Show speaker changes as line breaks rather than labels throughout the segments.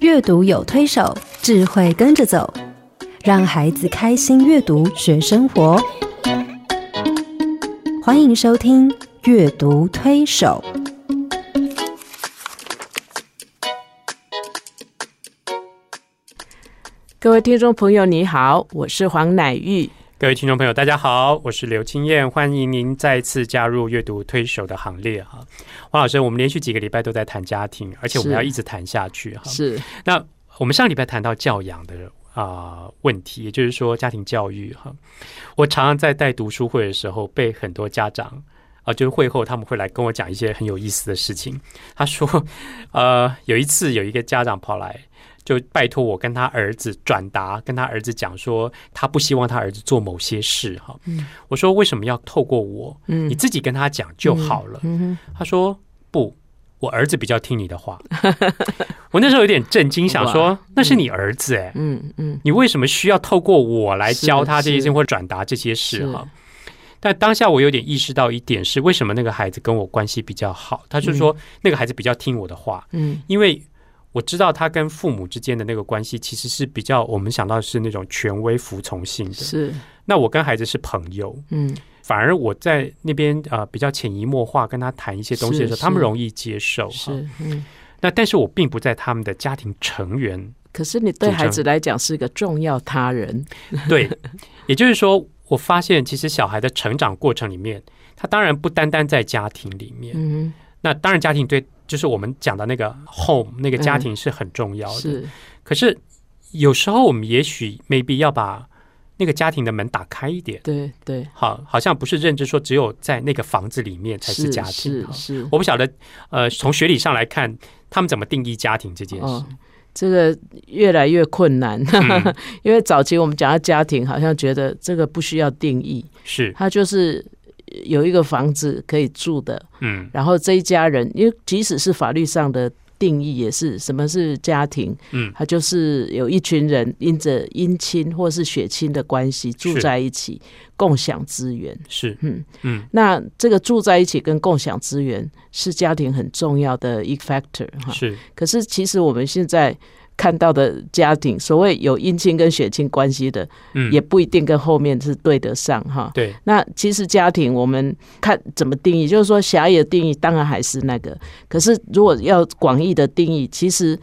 阅读有推手，智慧跟着走，让孩子开心阅读学生活。欢迎收听《阅读推手》。
各位听众朋友，你好，我是黄乃玉。
各位听众朋友，大家好，我是刘清燕，欢迎您再次加入阅读推手的行列哈。黄老师，我们连续几个礼拜都在谈家庭，而且我们
是
要一直谈下去哈。
是
那我们上礼拜谈到教养的啊、问题，也就是说家庭教育哈。我常常在带读书会的时候，被很多家长啊、就是会后他们会来跟我讲一些很有意思的事情。他说， 呃，有一次有一个家长跑来。就拜托我跟他儿子转达，跟他儿子讲说，他不希望他儿子做某些事哈。我说为什么要透过我？
嗯
你自己跟他讲就好了。
嗯
他说不，我儿子比较听你的话。 我那时候有点震惊，想说那是你儿子哎、
嗯嗯，
你为什么需要透过我来教他这些事
是
情或转达这些事哈？但当下我有点意识到一点是，为什么那个孩子跟我关系比较好？他是说那个孩子比较听我的话，
嗯
因为我知道他跟父母之间的那个关系其实是比较我们想到是那种权威服从性的。
是
那我跟孩子是朋友，
嗯
反而我在那边呃比较潜移默化跟他谈一些东西的时候，
是
他们
是
容易接受
是
哈。
嗯，
那但是我并不在他们的家庭成员
可是你对
组成
孩子来讲是一个重要他人，
对， 也就是说，我发现其实小孩的成长过程里面，他当然不单单在家庭里面，
嗯，
那当然家庭对，就是我们讲的那个 home 那个家
嗯
庭是很重要的。
是
可是有时候我们也许 maybe 要把那个家庭的门打开一点，
对对，
好，好像不是认知说只有在那个房子里面才是家庭。哦
是
哈
是
我不晓得，呃，从学理上来看，他们怎么定义家庭这件事？
哦，这个越来越困 难，嗯 因为早期我们讲到家庭，好像觉得这个不需要定义，
是，
它就是有一个房子可以住的，
嗯
然后这一家人，因为即使是法律上的定义，也是什么是家庭，
嗯，
它就是有一群人因着姻亲或是血亲的关系住
是
在一起，共享资源。
是，
嗯
嗯，
那这个住在一起跟共享资源是家庭很重要的一 factor 哈。
是，
可是其实我们现在看到的家庭，所谓有姻亲跟血亲关系的，
嗯，
也不一定跟后面是对得上哈。
对，
那其实家庭我们看怎么定义，就是说狭义的定义当然还是那个，可是如果要广义的定义，其实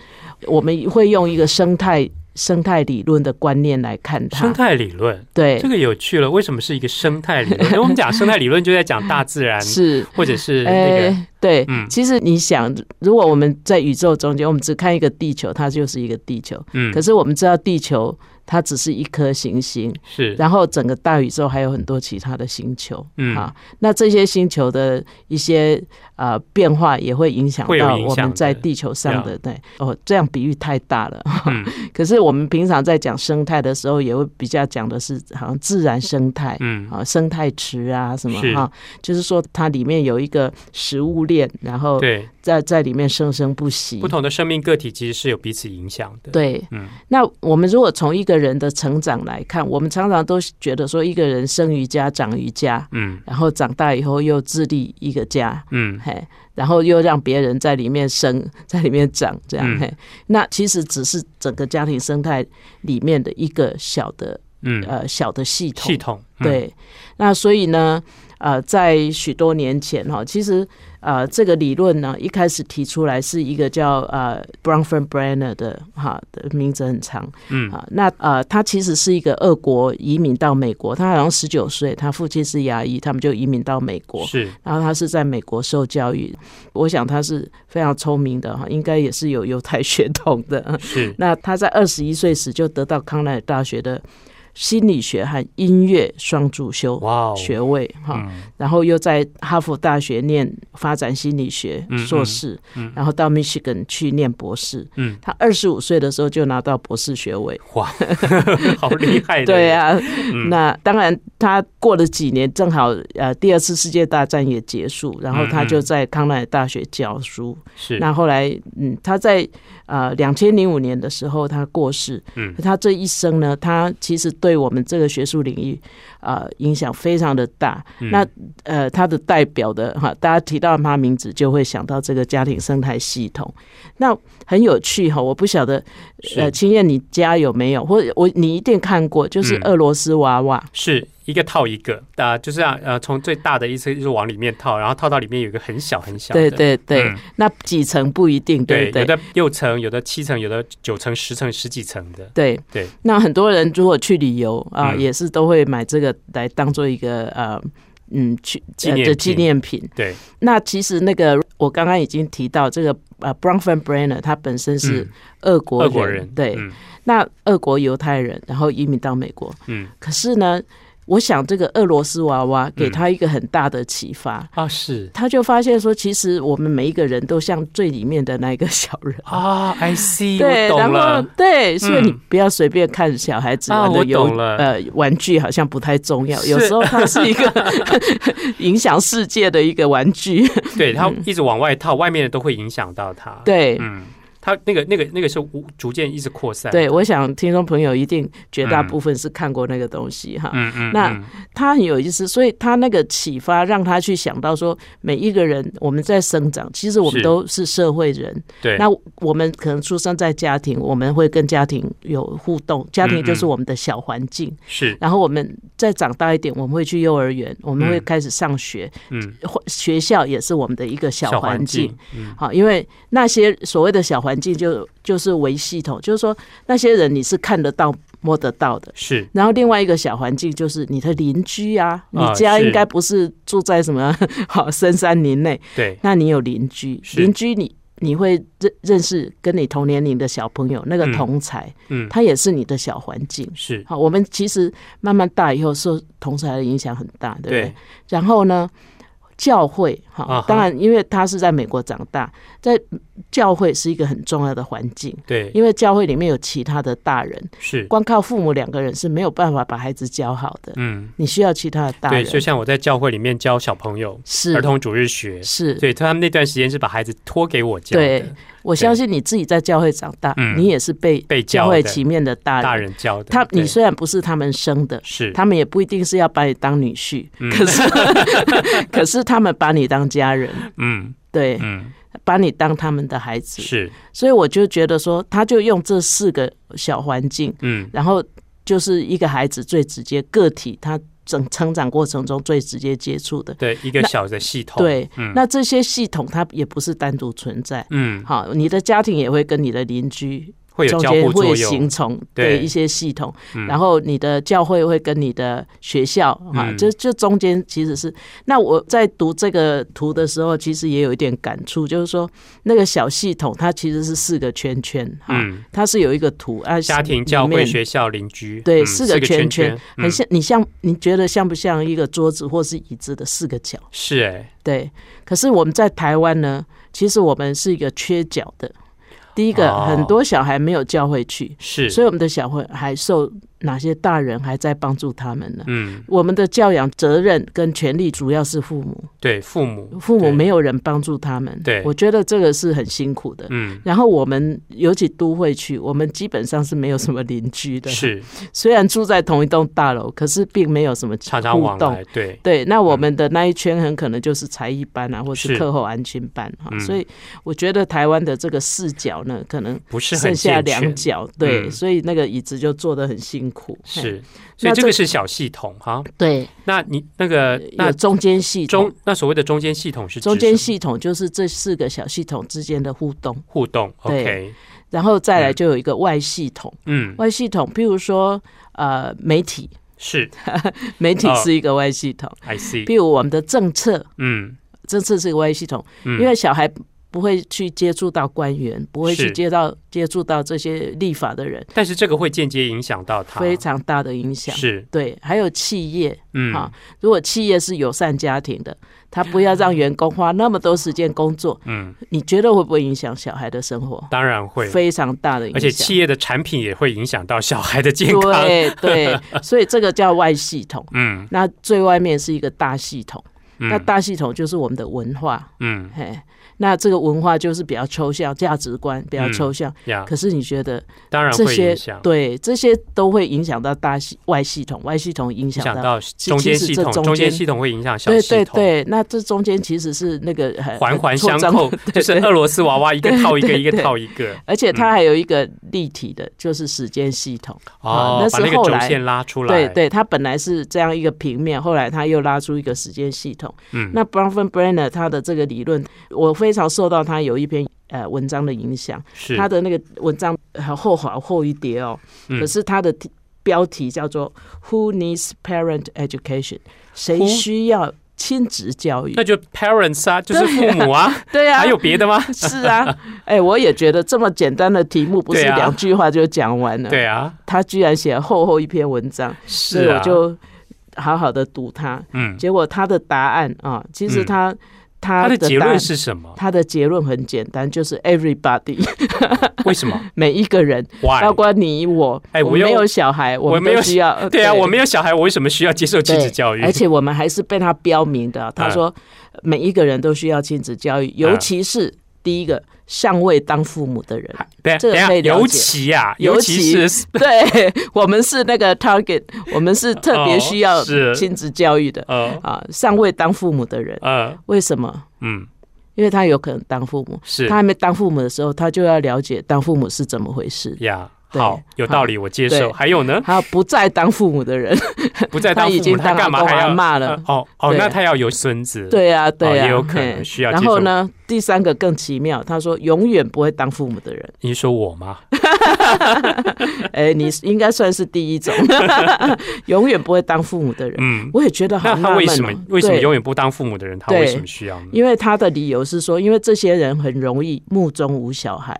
我们会用一个生态生态理论的观念来看它
生。态理论。
对
这，个有趣了，为什么是一个生态理论？ 因为我们讲生态理论就在讲大自然，
是。
或者是那
哎、
个
对，
嗯
其实你想，如果我们在宇宙中间，我们只看一个地球，它就是一个地球。
嗯，
可
是
是我们知道，地球它只是一颗行星，然后整个大宇宙还有很多其他的星球、
嗯
啊，那这些星球的一些呃变化也会影响
会有
到
影
我
响
们
的
在地球上的对哦，这样比喻太大了。
嗯
可是我们平常在讲生态的时候，也会比较讲的是好像自然生态。
嗯
啊，生态池啊，什么
是
哈、就是说它里面有一个食物链，然后
对，
在在里面生生不息。
不同的生命个体其实是有彼此影响的。，
对，
嗯，
那我们如果从一个人的成长来看，我们常常都觉得说，一个人生于家，长于家，
嗯
然后长大以后又自立一个家，
嗯，
嘿，然后又让别人在里面生，在里面长，这样、
嗯
嘿。那其实只是整个家庭生态里面的一个小的
嗯，
呃小的系统。
系统，嗯，
对，那所以呢，呃，在许多年前哈，其实呃，这个理论呢，一开始提出来是一个叫呃 Bronfen Brenner 的哈的名字很长，
嗯
啊，那呃，他其实是一个俄国移民到美国，他好像十九岁，他父亲是牙医，他们就移民到美国。
是，
然后他是在美国受教育，我想他是非常聪明的哈，应该也是有犹太血统的。
是，
那他在二十一岁时就得到康奈尔大学的心理学和音乐双主修
哇哦，
学位哈，
嗯
然后又在哈佛大学念发展心理学
嗯
硕士，然后到 Michigan 去念博士。
嗯，
他二十五岁的时候就拿到博士学位。
哇， 好厉害的，
对，啊，
嗯
那当然，他过了几年，正好呃，第二次世界大战也结束，然后他
嗯嗯
就在康奈尔大学教书。
是，
那后来，嗯，他在呃两千零五年的时候他过世，
嗯
他这一生呢，他其实对我们这个学术领域啊、呃影响非常的大。
嗯
那呃，他的代表的哈，大家提到他名字就会想到这个家庭生态系统。那很有趣哈，我不晓得呃，
是
青燕你家有没有，或者我你一定看过，就是
嗯
俄罗斯娃娃。
是一个套一个，啊、就是这样，呃，从最大的一次就是往里面套，然后套到里面有一个很小很小的，
对对对，
嗯
那几层不一定，对
对
不对
有？的六层，有的七层，有的九层、十层、十几层的，
对
对，
那很多人如果去旅游啊、
嗯
也是都会买这个来当做一个呃嗯去
纪念
呃的
品
纪念品。
对，
那其实那个我刚刚已经提到这个呃 Bronfen Brenner 他本身是
嗯
俄国
俄
人，
国人，
对、
嗯
那俄国犹太人，然后移民到美国。
嗯
可是呢，我想这个俄罗斯娃娃给他一个很大的启发。
啊是
他就发现说，其实我们每一个人都像最里面的那一个小人，
啊，I see，
对，
我
然
懂
后
了，
对，所以你
嗯
不要随便看小孩子
啊
玩的
我
游、
懂了
呃玩具，好像不太重要。
是
有时候它是一 个影响世界的一个玩具。
对他一直往外套，外面的都会影响到他，，
嗯对、
嗯，他那个那个那个是无逐渐一直扩散，，
对，我想听众朋友一定绝大部分是看过那个东西哈。
嗯嗯，
那
嗯
他很有意思，所以他那个启发让他去想到说，每一个人我们在生长，其实我们
是
都是社会人。
对，
那我们可能出生在家庭，我们会跟家庭有互动，家庭就是
嗯嗯
我们的小环境。
是，
然后我们再长大一点，我们会去幼儿园，我们会
嗯
开始上学，
嗯，
或学校也是我们的一个小环
环
境。，
嗯
好，因为那些所谓的小环境就就是为系统，就是说那些人你是看得到、摸得到的。
是，
然后另外一个小环境就是你的邻居啊，你
啊
家
是
应该不是住在什么 好深山林内，
对，
那你有邻居，
是
邻居你你会认认识跟你同年龄的小朋友，那个
嗯
同才，
嗯，
他也是你的小环境。
是，
好，我们其实慢慢大以后受同才的影响很大，对不对？
对，
然后呢，教会
啊
哈
哈，
当然因为他是在美国长大，在教会是一个很重要的环境，
对，
因为教会里面有其他的大人，
是，
光靠父母两个人是没有办法把孩子教好的，
嗯，
你需要其他的大
对，就
人。
像我在教会里面教小朋友
是
儿童主日学，
是，
对，他们那段时间是把孩子托给我教的
对，我相信你自己在教会长大，
嗯
你也是被
被
教
教
会
的
前面的大人。
大人教的。
他，
对
你虽然不是他们生的，
是
他们也不一定是要把你当女婿，
嗯
可 是可是他们把你当家人，
嗯
对，
嗯
把你当他们的孩子，
是
所以我就觉得说，他就用这四个小环境，
嗯
然后就是一个孩子最直接个体，他整成长过程中最直接接触的，
对一个
那
小的系统。
对，
嗯
那这些系统它也不是单独存在。
嗯
好，你的家庭也会跟你的邻居
会有
中
交
间
互
会
作
形
用。
成
对
对一些系统，
嗯
然后你的教会会跟你的学校啊，
嗯
就就中间其实是那我在读这个图的时候，其实也有一点感触，就是说那个小系统它其实是四个圈圈哈，
嗯，
它是有一个图啊，
家庭、
里
教会、
面
学校、邻居，
对
嗯
四
四
个圈
圈
圈，很
嗯
像你像你觉得像不像一个桌子或是椅子的四个角？
是哎，
对，可是我们在台湾呢，其实我们是一个缺角的。第一个，
哦
很多小孩没有教会去，
是，
所以我们的小孩还受哪些大人还在帮助他们呢？
嗯，
我们的教养责任跟权利主要是父母，
对，父母，
父母
对
没有人帮助他们，
对
我觉得这个是很辛苦的。
嗯，
然后我们尤其都会区，我们基本上是没有什么邻居的，
是
虽然住在同一栋大楼，可是并没有什么
常常往
互动
来，对，
对，那我们的那一圈很可能就是才艺班啊，或是
是
课后安亲班哈、
嗯
所以我觉得台湾的这个视角呢，可能
不是很
剩下
健
两
全。
脚，对、
嗯
所以那个椅子就坐得很辛苦。嘿，
是，
那
所以
这
这个是小系统哈。
对，
那你那个
有
那
中间系统
中，那所谓的中间系统是指
中间
什么
系统就是这四个小系统之间的互动，
互动
对
，OK，
然后再来
嗯
就有一个外系统，
嗯，
外系统，譬如说呃媒体，
是
媒体
哦
是一个外系统，
，I see，
譬如我们的政策，
嗯
政策是一个外系统，
嗯，
因为小孩。不会去接触到官员，不会去
是
接到接触到这些立法的人，
但是这个会间接影响到他，
非常大的影响。
是，
对，还有企业，
嗯，
啊，如果企业是友善家庭的，他不要让员工花那么多时间工作，
嗯，
你觉得会不会影响小孩的生活？
当然会，
非常大的影响。
而且企业的产品也会影响到小孩的健康，
对对，所以这个叫外系统。
嗯，
那最外面是一个大系统，
嗯
那大系统就是我们的文化，
嗯
嘿，那这个文化就是比较抽象，价值观比较
嗯
抽象。
呀，
可是你觉得
当然
这
会
些
影响，
对这些都会影响到大系外系统，外系统影
影
响
响
到
到中间系
其
统，
实这中间
中间系统会影响小
对
系
对
统，
对，那这中间其实是那个很
环环相，
很错
扣
综对，
就是嗯
对
俄罗斯娃娃一个套一个，
对对
一个套一个，
而且它还有一个立体的，就是时间系统。啊
哦
那，
把
是
那个
后
轴
来
线拉出来，
对，对，它本来是这样一个平面，后来它又拉出一个时间系统。
嗯，
那 Bronfen Brenner 他的这个理论，我非常受到他有一篇呃文章的影响。
是
他的那个文章很厚好厚一叠哦，
嗯
可是他的题标题叫做 “Who needs parent education？” 谁
Who？
需要亲职教育
那？就 parents 啊，就是父母啊，
对啊
还，有别的吗？
是啊，哎、我也觉得这么简单的题目，不是
对啊
两句话就讲完了。
对啊，
他居然写了厚厚一篇文章，所以
是
我
啊，
就好好的读他。
嗯，
结果他的答案啊，其实
嗯
他、
他
他
的结
答案
论是什么？
他的结论很简单，就是 everybody
为什么
每一个人，
？Why？
包括你我，
哎
我
我
们
又
没有小孩，我
我
们
没
都
有
需要。呃
对啊，我没有小孩，我为什么需要接受亲子
对
教育？哎
而且我们还是被他标明的。他说，每一个人都需要亲子教育，尤其是第一个尚未当父母的人。
对，
这
等
个
一下，
可以了解
尤其啊，
尤
尤其 是
对我们是那个 target，我们是特别需要
哦是
亲子教育的
呃
啊，尚未当父母的人，
呃
为什么？
嗯，
因为他有可能当父母，
是
他还没当父母的时候，他就要了解当父母是怎么回事。
呀，
对
好，有道理，我接
对
受。还有 呢，
还有不再当父母的人，
不再当
他已
父母，
经
他
当
干
阿
嘛
公
还
阿
要？
妈
呃
了。
哦哦，
对
那他要有孙子，
对呀、对呀、啊
也有可能
嘿
需要接
然
受
后呢，第三个更奇妙，他说永远不会当父母的人，
你说我吗？
哎，你应该算是第一种， 永远不会当父母的人。
嗯，
我也觉得好
那
纳闷、
他
哦。
为什么为什么
对
永远不当父母的人，他
对
为什么需要呢？
因为他的理由是说，因为这些人很容易目中无小孩，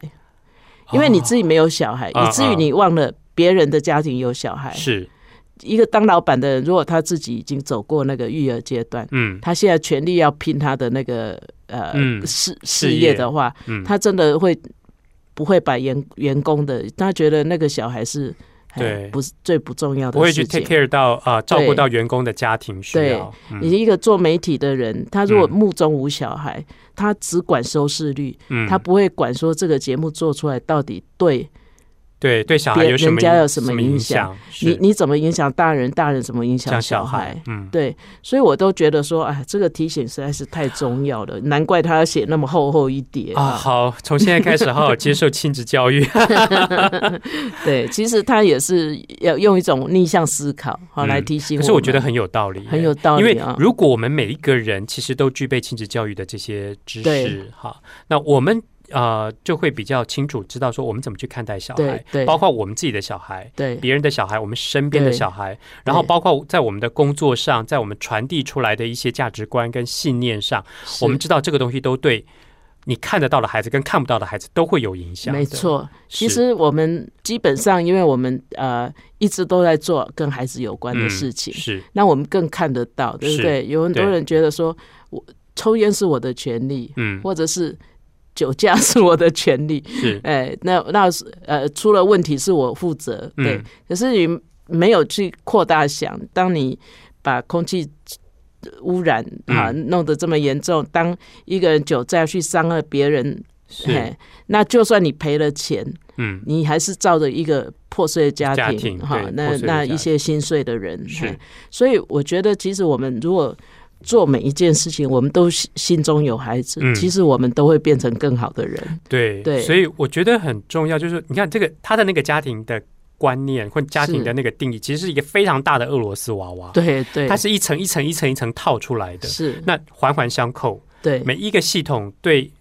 因为你自己没有小孩，
哦啊
以至于你忘了别人的家庭有小孩。
是
一个当老板的人，如果他自己已经走过那个育儿阶段，
嗯
他现在全力要拼他的那个呃、
嗯
事
事业
事业的话，
嗯，
他真的会不会把员员工的，他觉得那个小孩是哎
对
不是最不重要的
不会去
事
take
情。
care 到啊，照顾
对
到员工的家庭需
对
要。
你
嗯
一个做媒体的人，他如果
嗯
目中无小孩，他只管收视率，
嗯
他不会管说这个节目做出来到底对
对对小孩
别
有什么
人家
影
有什么
影
影响
响？
你
是
你怎么影响大人，大人怎么影响
像
小
小
孩
孩。，嗯，
对，所以我都觉得说，哎，这个提醒实在是太重要了，难怪他要写那么厚厚一叠
啊，。好，从现在开始好好接受亲子 教育。
对，其实他也是要用一种逆向思考，好
嗯
来提醒
可
我。
是我觉得很有道理耶，
很有道
因
理
为
啊。
如果我们每一个人其实都具备亲子教育的这些知识
对，
哈，那我们呃就会比较清楚知道说我们怎么去看待小孩
对，对
包括我们自己的小孩。
对
别人的小孩，我们身边的
对
小孩，然后包括在我们的工作上，在我们传递出来的一些价值观跟信念上，我们
是
知道这个东西都对你看得到的孩子跟看不到的孩子都会有影响。
没，错。其
是
实我们基本上，因为我们呃一直都在做跟孩子有关的
嗯
事情，
是
那我们更看得到，对
是
不对？有很多
对
人觉得说，我抽烟是我的权利，
嗯
或者是酒驾是我的权利，
是
哎，那那是呃出了问题是我负责，对。
嗯
可是你没有去扩大想，当你把空气污染
嗯
啊、弄得这么严重，当一个人酒驾去伤害别人，
是
哎，那就算你赔了钱，
嗯
你还是照着一个破碎的家
家
庭
庭
哈
对，破
那
碎的
那
家
一些心碎的人
是
嘿所以我觉得，其实我们如果做每一件事情，我们都心心中有孩子，
嗯
其实我们都会变成更好的 人。
对
对
所以我觉得很重要，就是你看这个他的那个家庭的观念或家庭
是
的那个定义，其实是一个非常大的俄罗斯娃娃，
对对
它，是一层一层一层一层套出来的，
是，
那环环相扣，
对
每一个系统对。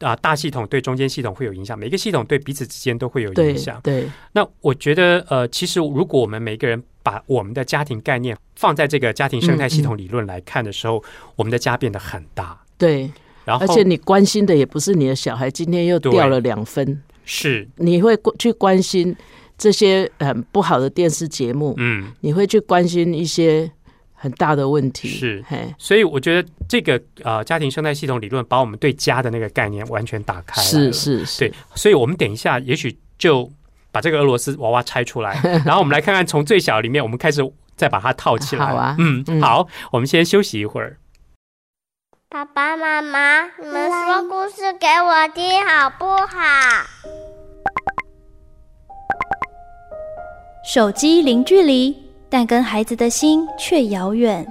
啊、大系统对中间系统会有影响，每一个系统对彼此之间都会有
对
影响。
对
那我觉得，呃，其实如果我们每一个人把我们的家庭概念放在这个家庭生态系
嗯
统理论来看的时候，我们的家变得很大。
对，
然后
而且你关心的也不是你的小孩今天又
对
掉了两分，
是，
你会过去关心这些很不好的电视节目，
嗯，
你会去关心一些很大的问题。
是
嘿，
所以我觉得这个呃家庭生态系统理论把我们对家的那个概念完全打开来
是
了
是是
对，，所以我们等一下也许就把这个俄罗斯娃娃拆 出来，然后我们来看看从最小里面我们开始再把它套起来。
好啊
嗯，
嗯
好，我们先休息一会儿。
爸爸妈妈，你们说故事给我听好不好？
手机零距离，但跟孩子的心却遥远。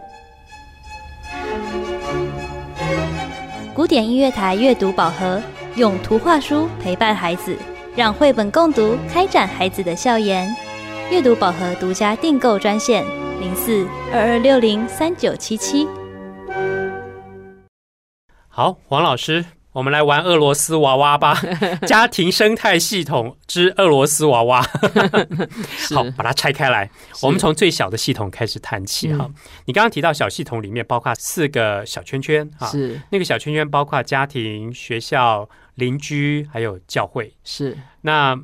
古典音乐台阅读宝盒，用图画书陪伴孩子，让绘本共读开展孩子的笑颜。阅读宝盒独家订购专线零四二二六零三九七七。
好，黄老师，我们来玩俄罗斯娃 娃吧，家庭生态系统之俄罗 斯娃娃。
是
好，把它拆开来，我们从最小的系统开始谈起
嗯
哈。你刚刚提到小系统里面包括四个小圈圈哈，
是
那个小圈圈包括家庭、学校、邻居，还有教会。
是
那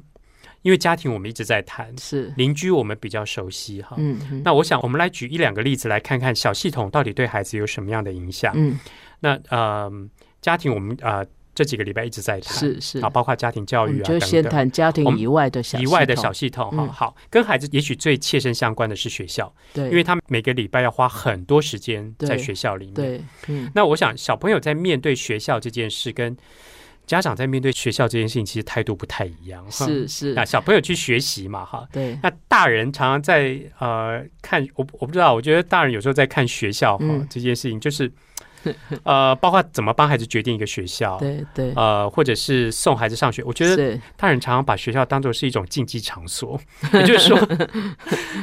因为家庭我们一直在谈，
是，
邻居我们比较熟悉哈。
嗯嗯
那我想，我们来举一两个例子来看看小系统到底对孩子有什么样的影响。
嗯
那呃，家庭我们呃这几个礼拜一直在谈，
是是
啊，包括家庭
我
教育
们
啊
嗯就先
等等。
谈家庭
我们
以外的小
以外的
系
小
统
系统哈、
嗯
好，跟孩子也许最切身相关的是学校，
对，
因为他们每个礼拜要花很多时间在
对
学校里面。
对嗯
那我想，小朋友在面对学校这件事，跟家长在面对学校这件事情，其实态度不太一样。哈
是是
那小朋友去学习嘛，哈。
对
那大人常常在呃看我不我不知道，我觉得大人有时候在看学校哈、
嗯
这件事情，就是 呃，包括怎么帮孩子决定一个学校，
对对，
呃，或者是送孩子上学。我觉得
是
大人常常把学校当做是一种竞技场所， 也就是说，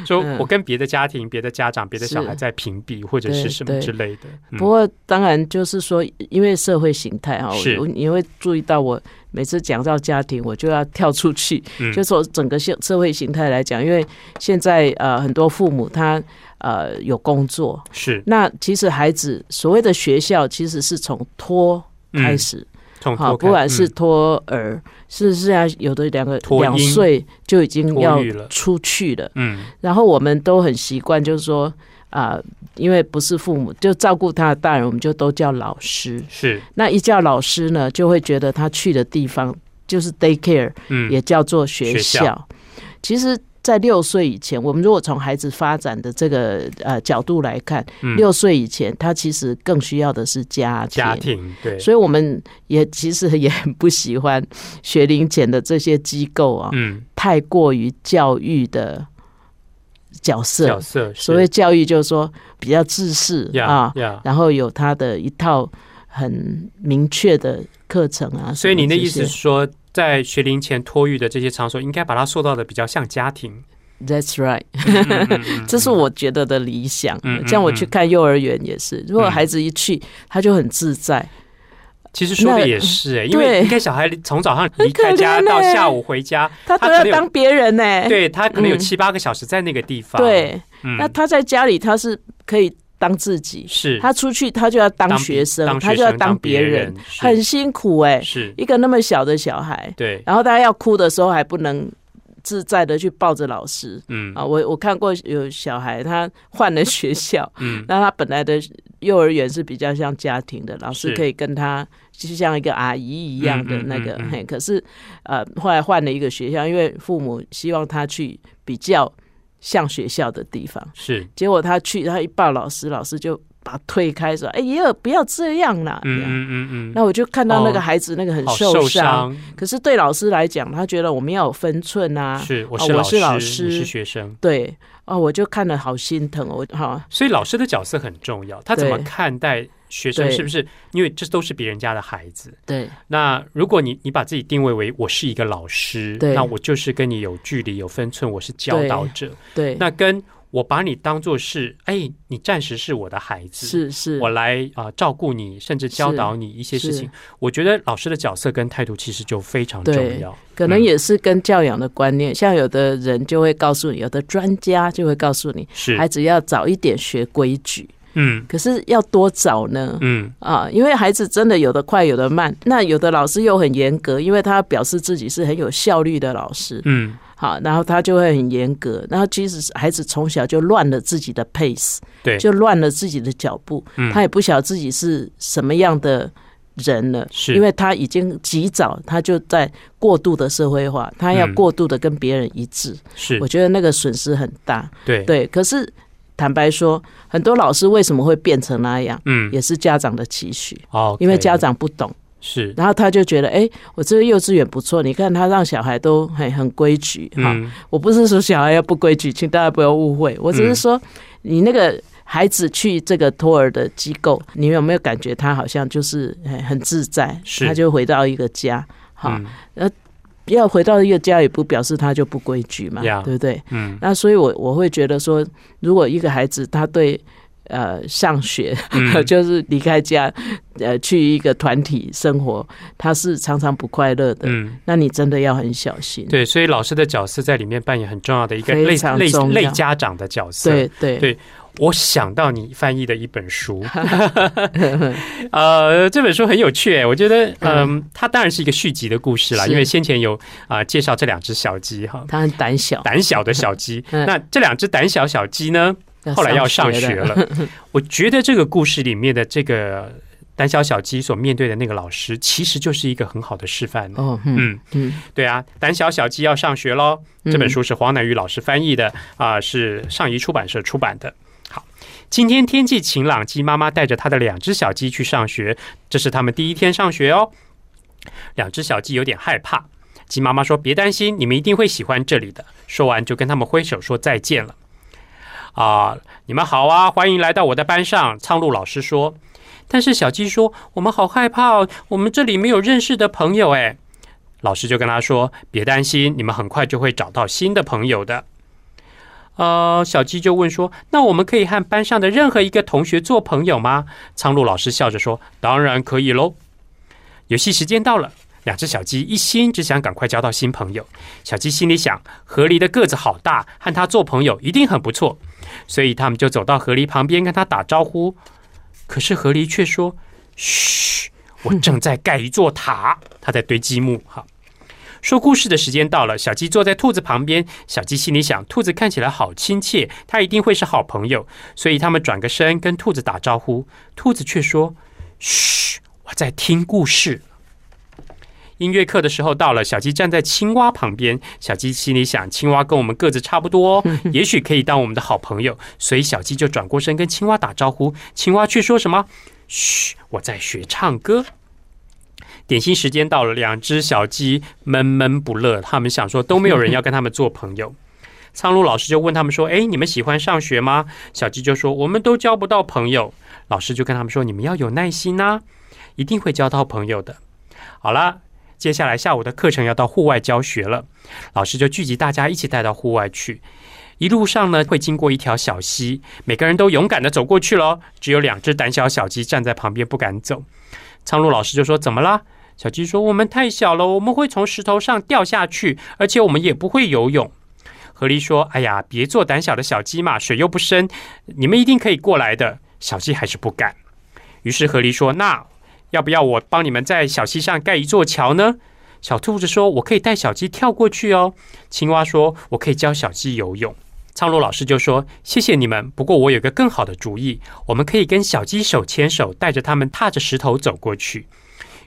说
嗯
我跟别的家庭、别的家长、别的小孩
是
在评比或者
对
是什么
对
之类的。嗯
不过当然就是说，因为社会形态哈，
是
我你会注意到我每次讲到家庭，我就要跳出去，
嗯
就从整个社社会形态来讲，因为现在呃很多父母他呃有工作，
是
那其实孩子所谓的学校其实是从托开
嗯
始，
从
好，
脱
不
开
管是
嗯
托儿，事实上有的两个
托
两
婴
岁就已经
托
要
育了
出去了，
嗯
然后我们都很习惯，就是说啊、因为不是父母，就照顾他的大人，我们就都叫老师。
是
那一叫老师呢，就会觉得他去的地方就是 daycare，、
嗯
也叫做学
学
校。
校
其实，在六岁以前，我们如果从孩子发展的这个呃角度来看，
嗯
六岁以前他其实更需要的是家庭。
家庭对，
所以我们也其实也很不喜欢学龄前的这些机构啊，
嗯
太过于教育的角色。
角色是
所谓教育，就是说比较自视
呀
啊，
呀。
然后有他的一套很明确的课程啊。
所
什么
以您的
这
意思
些
是说，在学龄前托育的这些场所，应该把它塑造的比较像家庭。
That's right，
嗯嗯嗯 嗯
这是我觉得的理想啊
嗯嗯。嗯
像我去看幼儿园也是，如果孩子一去，他就很自在。
其实说的
那嗯
也是
对
哎、因为应该小孩从早上离开家
很可怜
到
欸
下午回家，
他
他
都
可
要
能有
当别人呢。
对他可能有
嗯
七八个小时在那个地方。，
对，
嗯
那他在家里他是可以当自己，
是
他出去他就要当
当
学生，
当
他
学
就要
生
当
当
别人，
人，是
很辛苦哎、
是，
一个那么小的小孩，
对，
然后他要哭的时候还不能自在的去抱着老师
嗯
啊！我我看过有小孩他换了学校，
嗯
那他本来的幼儿园是比较像家庭的，老师
是
可以跟他就像一个阿姨一样的
嗯嗯
那个，
嗯嗯
嘿，可是呃后来换了一个学校，因为父母希望他去比较像学校的地方。
是，
结果他去，他一抱老师，老师就把他推开说：“哎，也有不要这样啦。
嗯
这样
嗯嗯嗯，
哎那我就看到那个
哦
孩子，那个很
好
受
受
伤。
伤，
可是对老师来讲，他觉得我们要有分寸啊。
是我
啊
是
我
老
是
师，
老
你
师
是学生。
对哦，我就看了好心疼哦。我哈，
所以老师的角色很重要，他怎么
对
看待学生
对
是不是？因为这都是别人家的孩子。
对
那如果你你把自己定位为我是一个老师，
对
那我就是跟你有距离、有分寸，我是教导者。
对，
那跟我把你当做是，哎，你暂时是我的孩子，
是是
我来啊、呃照顾你，甚至教导你一些事情
是。
我觉得老师的角色跟态度其实就非常
对
重要。
可能也是跟教养的观念，像有的人就会告诉你，有的专家就会告诉你，
是
孩，子要早一点学规矩。
嗯
可是要多早呢？
嗯，
啊，因为孩子真的有的快，有的慢。那有的老师又很严格，因为他表示自己是很有效率的老师，
嗯，
好，然后他就会很严格。然后其实孩子从小就乱了自己的 pace，
对，
就乱了自己的脚步，
嗯
他也不晓得自己是什么样的人了，
是
因为他已经及早他就在过度的社会化，他要
嗯
过度的跟别人一致，
是
我觉得那个损失很大。
对
对，可是坦白说，很多老师为什么会变成那样，
嗯，
也是家长的期许，
哦，
因为家长不懂，
是，
然后他就觉得，哎，我这个幼稚园不错，你看他让小孩都很很规矩哈。
嗯，
我不是说小孩要不规矩，请大家不要误会，我只是
嗯
说你那个。孩子去这个托儿的机构，你有没有感觉他好像就是哎很自在？
是
他就回到一个家，好、
嗯，
要回到一个家，也不表示他就不规矩嘛
Yeah
对不对？
嗯，
那所以我，我会觉得说，如果一个孩子他对呃上学，
嗯
就是离开家，呃，去一个团体生活，他是常常不快乐的，
嗯，
那你真的要很小心。
对，所以老师的角色在里面扮演很重要的一个
嗯非
类
常
类
重
类
要
家长的角色。
对对
对我想到你翻译的一本 书，呃，这本书很有趣、欸，我觉得，嗯、它当然是一个续集的故事啦，
是
因为先前有啊、介绍这两只小鸡哈，
他很胆小，
胆小的小鸡，
嗯
那这两只胆小小鸡呢，后来要上学
了。
了。 我觉得这个故事里面的这个胆小小鸡所面对的那个老师，其实就是一个很好的示范。
哦，嗯
嗯，
嗯，
对啊，胆小小鸡要上学喽。这本
嗯
书是黄乃瑜老师翻译的啊、是上仪出版社出版的。好，今天天气晴朗，鸡妈妈带着她的两只小鸡去上学，这是他们第一天上学哦。两只小鸡有点害怕，鸡妈妈说：“别担心，你们一定会喜欢这里的。”说完就跟他们挥手说再见了。啊、你们好啊，欢迎来到我的班上。苍鹭老师说。但是小鸡说：“我们好害怕哦，我们这里没有认识的朋友。”哎，老师就跟他说：“别担心，你们很快就会找到新的朋友的。”呃，小鸡就问说：“那我们可以和班上的任何一个同学做朋友吗？”苍鹭老师笑着说：“当然可以喽。”游戏时间到了，两只小鸡一心只想赶快交到新朋友。小鸡心里想：河狸的个子好大，和它做朋友一定很不错。所以他们就走到河狸旁边跟它打招呼。可是河狸却说：“嘘，我正在盖一座塔，它在堆积木。”哈。说故事的时间到了，小鸡坐在兔子旁边。小鸡心里想，兔子看起来好亲切，它一定会是好朋友。所以他们转个身跟兔子打招呼，兔子却说：“嘘，我在听故事。”音乐课的时候到了，小鸡站在青蛙旁边。小鸡心里想，青蛙跟我们个子差不多、哦，也许可以当我们的好朋友。所以小鸡就转过身跟青蛙打招呼，青蛙却说什么：“嘘，我在学唱歌。”点心时间到了，两只小鸡闷闷不乐，他们想说都没有人要跟他们做朋友。 苍鹭老师就问他们说：“哎，你们喜欢上学吗？”小鸡就说：“我们都交不到朋友。”老师就跟他们说：“你们要有耐心啊呐、一定会交到朋友的。”好啦，接下来下午的课程要到户外教学了，老师就聚集大家一起带到户外去。一路上呢，会经过一条小溪，每个人都勇敢的走过去喽，只有两只胆小小鸡站在旁边不敢走。苍鹭老师就说：“怎么啦？”小鸡说：“我们太小了，我们会从石头上掉下去，而且我们也不会游泳。”河狸说：“哎呀，别做胆小的小鸡嘛，水又不深，你们一定可以过来的。”小鸡还是不敢。于是河狸说：“那要不要我帮你们在小溪上盖一座桥呢？”小兔子说：“我可以带小鸡跳过去哦。”青蛙说：“我可以教小鸡游泳。”苍鹭老师就说：“谢谢你们，不过我有个更好的主意，我们可以跟小鸡手牵手，带着它们踏着石头走过去。”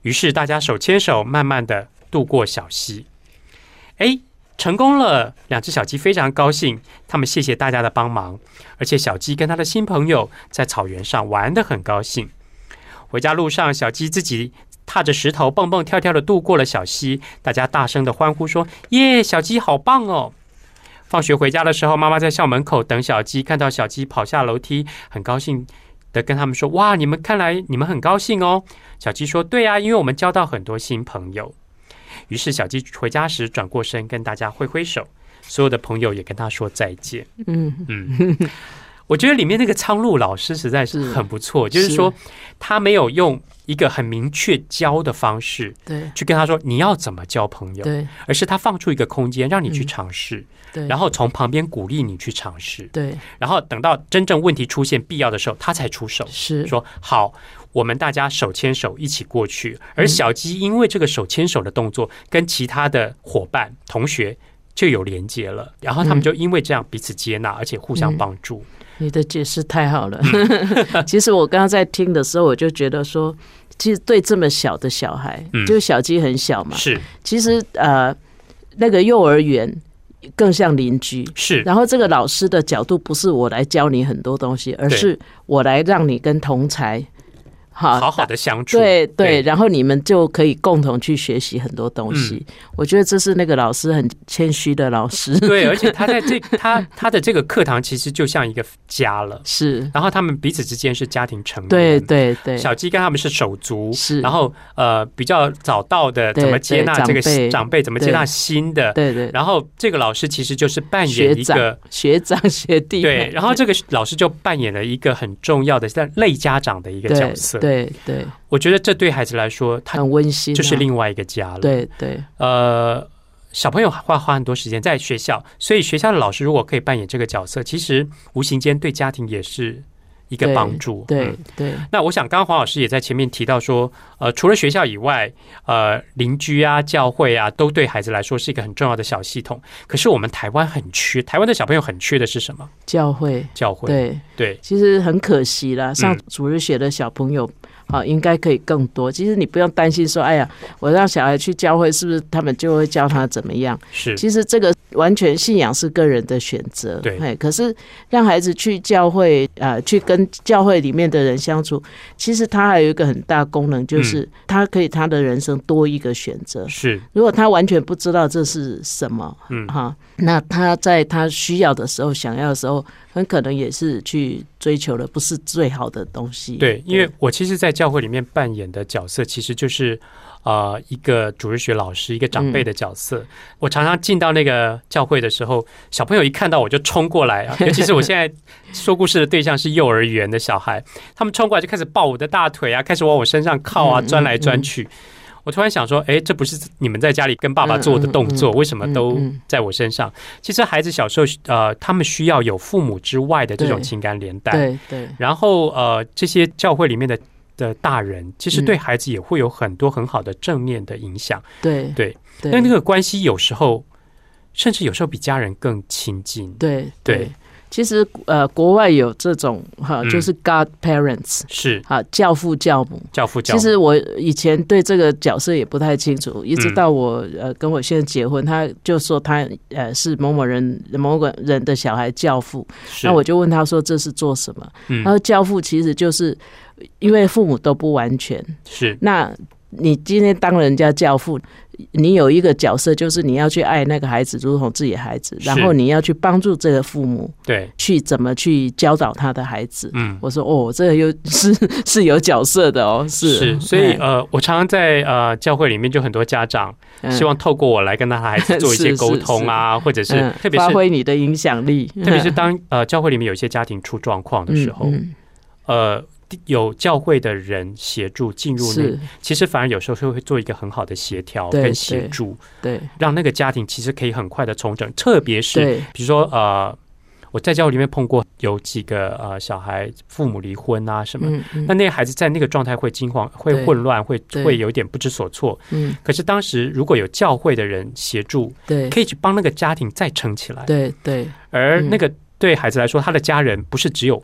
于是大家手牵手，慢慢的渡过小溪。哎，成功了！两只小鸡非常高兴，它们谢谢大家的帮忙，而且小鸡跟它的新朋友在草原上玩得很高兴。回家路上，小鸡自己踏着石头蹦蹦跳跳的渡过了小溪，大家大声的欢呼说：“耶，小鸡好棒哦！”放学回家的时候，妈妈在校门口等小鸡，看到小鸡跑下楼梯，很高兴的跟他们说：“哇，你们看来你们很高兴哦。”小鸡说：“对啊，因为我们交到很多新朋友。”于是小鸡回家时转过身跟大家挥挥手，所有的朋友也跟他说再见。
嗯，
嗯，我觉得里面那个苍鹭老师实在是
是
很不错，就是说他没有用一个很明确教的方式
对
去跟他说你要怎么交朋友，
对
而是他放出一个空间让你去
嗯
尝试，
对，
然后从旁边鼓励你去尝试，
对
然后等到真正问题出现必要的时候，他才出手。
是
说好，我们大家手牵手一起过去。
嗯
而小鸡因为这个手牵手的动作，跟其他的伙伴、同学就有连接了，然后他们
嗯
就因为这样彼此接纳，而且互相
嗯
帮助。
你的解释太好了。
嗯
其实我刚刚在听的时候，我就觉得说，其实对这么小的小孩，
嗯
就是小鸡很小嘛，
是，
其实呃，那个幼儿园更像邻居。
是
然后这个老师的角度不是我来教你很多东西，而
对
是我来让你跟同才好
好好的相处，
对对，然后你们就可以共同去学习很多东西。
嗯
我觉得这是那个老师很谦虚的老师，
对，而且他在这他他的这个课堂其实就像一个家了，
是，
然后他们彼此之间是家庭成员，
对对对，
小鸡跟他们是手足，
是
然后呃比较早到的
对
怎么接纳
对
这个
长辈
长辈，怎么接纳新的，
对对，
然后这个老师其实就是扮
学
演一
长
个。
学长学弟，
对，然后这个老师就扮演了一个很重要的像类家长的一个
对
角色。
对对，
我觉得这对孩子来说，他
很温馨啊，
就是另外一个家了。，
对对
呃，小朋友花花很多时间在学校，所以学校的老师如果可以扮演这个角色，其实无形间对家庭也是一个
对
帮助。
对
嗯
对
那我想，刚刚黄老师也在前面提到说，呃，除了学校以外，呃，邻居啊、教会啊，都对孩子来说是一个很重要的小系统。可是我们台湾很缺，台湾的小朋友很缺的是什么？
教会，
教会。嗯
对。
对
其实很可惜啦，上主日学的小朋友，好、应该可以更多。其实你不用担心说，哎呀，我让小孩去教会，是不是他们就会教他怎么样？
是
其实这个完全信仰是个人的选择，
对
哎，可是让孩子去教会，啊，去跟教会里面的人相处，其实他还有一个很大功能，就是
嗯
他可以他的人生多一个选择。
是，
如果他完全不知道这是什么，
嗯
哈，那他在他需要的时候、想要的时候，很可能也是去追求的不是最好的东西。
对，因为我其实，在教会里面扮演的角色，其实就是呃一个主日学老师，一个长辈的角色。
嗯
我常常进到那个教会的时候，小朋友一看到我就冲过来 啊，尤其是我现在说故事的对象是幼儿园的小孩，他们冲过来就开始抱我的大腿啊，开始往我身上靠啊，
嗯嗯
钻来钻去。我突然想说，哎，这不是你们在家里跟爸爸做的动
嗯
作，
嗯嗯
为什么都
嗯嗯
在我身上？其实孩子小时候，呃，他们需要有父母之外的这种
对
情感连带。
对对
然后呃，这些教会里面的的大人，其实对
嗯
孩子也会有很多很好的正面的影响。
对
对，
对，
但那个关系有时候，甚至有时候比家人更亲近。
对
对。
其实呃，国外有这种哈，
嗯
就是 God parents
是
啊，教父教母。
教父教
其
母，
实我以前对这个角色也不太清楚，一直
嗯
到我呃跟我现在结婚，他就说他呃是某某人某某人的小孩教父，
是
那我就问他说这是做什么？
嗯
他说教父其实就是因为父母都不完全，
是
那你今天当人家教父，你有一个角色就是你要去爱那个孩子，如同自己的孩子，
是
然后你要去帮助这个父母
对，
去怎么去教导他的孩子。
嗯。
我说哦，这个又是是有角色的哦，
是，所以
哎
呃，我常常在呃教会里面，就很多家长
嗯
呃希望透过我来跟他的孩子做一 些
是
沟通啊，或者是
嗯
特别
发
是
挥你的影响力，
特别是当呃教会里面有一些家庭出状况的时候，
嗯
呃有教会的人协助进
嗯
入那个
是，
其实反而有时候是会做一个很好的协调
对
跟协助，
对
让那个家庭其实可以很快的重整，特别是
对
比如说呃，我在教会里面碰过有几个呃小孩父母离婚啊什么。
嗯嗯
那那个孩子在那个状态会惊慌、会
对
混乱、会
对
会有点不知所措。
嗯
可是当时如果有教会的人协助，
对
可以去帮那个家庭再撑起来。
对对
而
嗯
那个对孩子来说，他的家人不是只有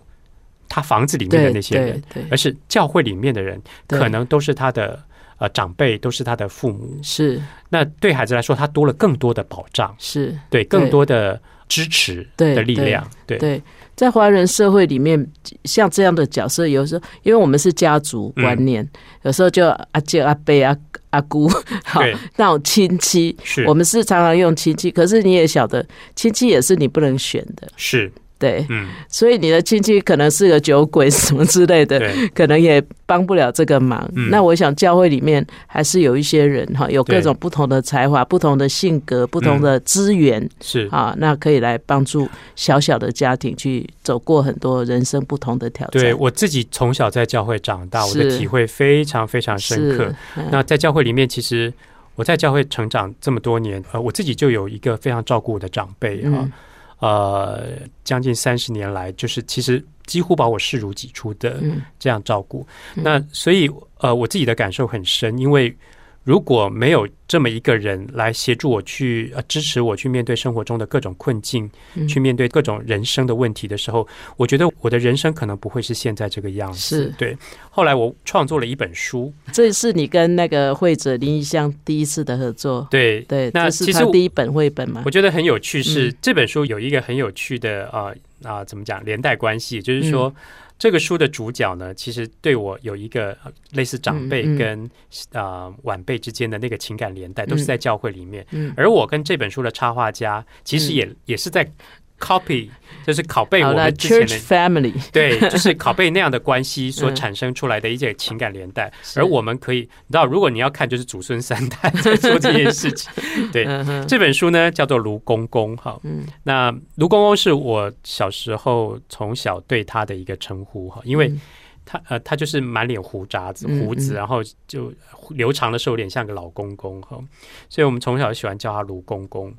他房子里面的
对
那些人
对，对
而是教会里面的人，
对
可能都是他的呃长辈，都是他的父母。
是
那对孩子来说，他多了更多的保障，
是
对更多的支持
对
的力量，对
对，在华人社会里面，像这样的角色，有时候因为我们是家族观念，
嗯
有时候就阿舅、阿伯、阿阿 姑，好
对
那种亲戚，
是
我们是常常用亲戚。可是你也晓得，亲戚也是你不能选的，
是
对，
嗯
所以你的亲戚可能是个酒鬼什么之类的。
对
可能也帮不了这个忙。
嗯
那我想教会里面还是有一些人哈，有各
对嗯
种不同的才华、不同的性格、不同的资源，
是
啊，那可以来帮助小小的家庭去走过很多人生不同的挑战。
对我自己从小在教会长大，我
是
的体会非常非常深刻
是。，嗯
那在教会里面，其实我在教会成长这么多年，呃，我自己就有一个非常照顾我的长辈哈、
嗯
呃，将近三十年来，就是其实几乎把我视如己出的
嗯
这样照顾。
嗯
那所以呃，我自己的感受很深，因为如果没有这么一个人来协助我去呃支持我去面对生活中的各种困境，
嗯
去面对各种人生的问题的时候，我觉得我的人生可能不会是现在这个样子。
是
对。后来我创作了一本书，
这是你跟那个会者林一香第一次的合作，
对
对，
那
这是
其实
他
我
第一本绘本嘛
我，觉得很有趣是、
嗯
这本书有一个很有趣的啊啊、怎么讲连带关系，就是说、
嗯
这个书的主角呢，其实对我有一个呃类似长辈
嗯嗯
跟啊、晚辈之间的那个情感连带，都是
嗯
在教会里面。
嗯，
而我跟这本书的插画家，其实也、也是在 copy，就是拷贝
好
我
了
们之前
，Church
的。
Family，
对，就是拷贝那样的关系所
嗯
产生出来的一些情感连带，
是
而我们可以，你知道，如果你要看，就是祖孙三代在做这件事情。对，
嗯哼
这本书呢叫做《卢公公》哈，
嗯
那卢公公是我小时候从小对他的一个称呼哈，因为
嗯
他呃他就是满脸胡渣子
嗯
胡子，
嗯
然后就留长的时候有点像个老公公哈，所以我们从小就喜欢叫他卢公公。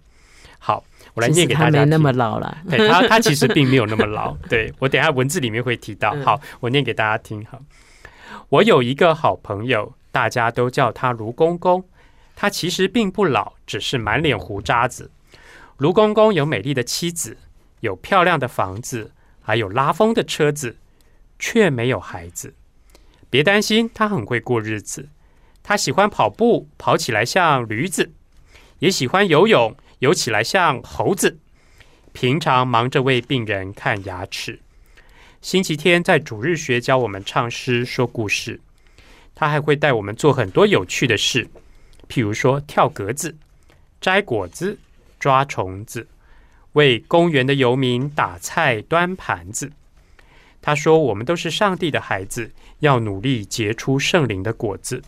好，我来
其
念
实
给
他
大家
没
听。
那么老了，
对他，他其实并没有那么老。对我等一下文字里面会提到。
嗯
好，我念给大家听哈。我有一个好朋友，大家都叫他卢公公。他其实并不老，只是满脸胡渣子。卢公公有美丽的妻子，有漂亮的房子，还有拉风的车子，却没有孩子。别担心，他很会过日子。他喜欢跑步，跑起来像驴子；也喜欢游泳，游起来像猴子。平常忙着为病人看牙齿，星期天在主日学教我们唱诗、说故事。他还会带我们做很多有趣的事，譬如说跳格子、摘果子、抓虫子，为公园的游民打菜、端盘子。他说：“我们都是上帝的孩子，要努力结出圣灵的果子。”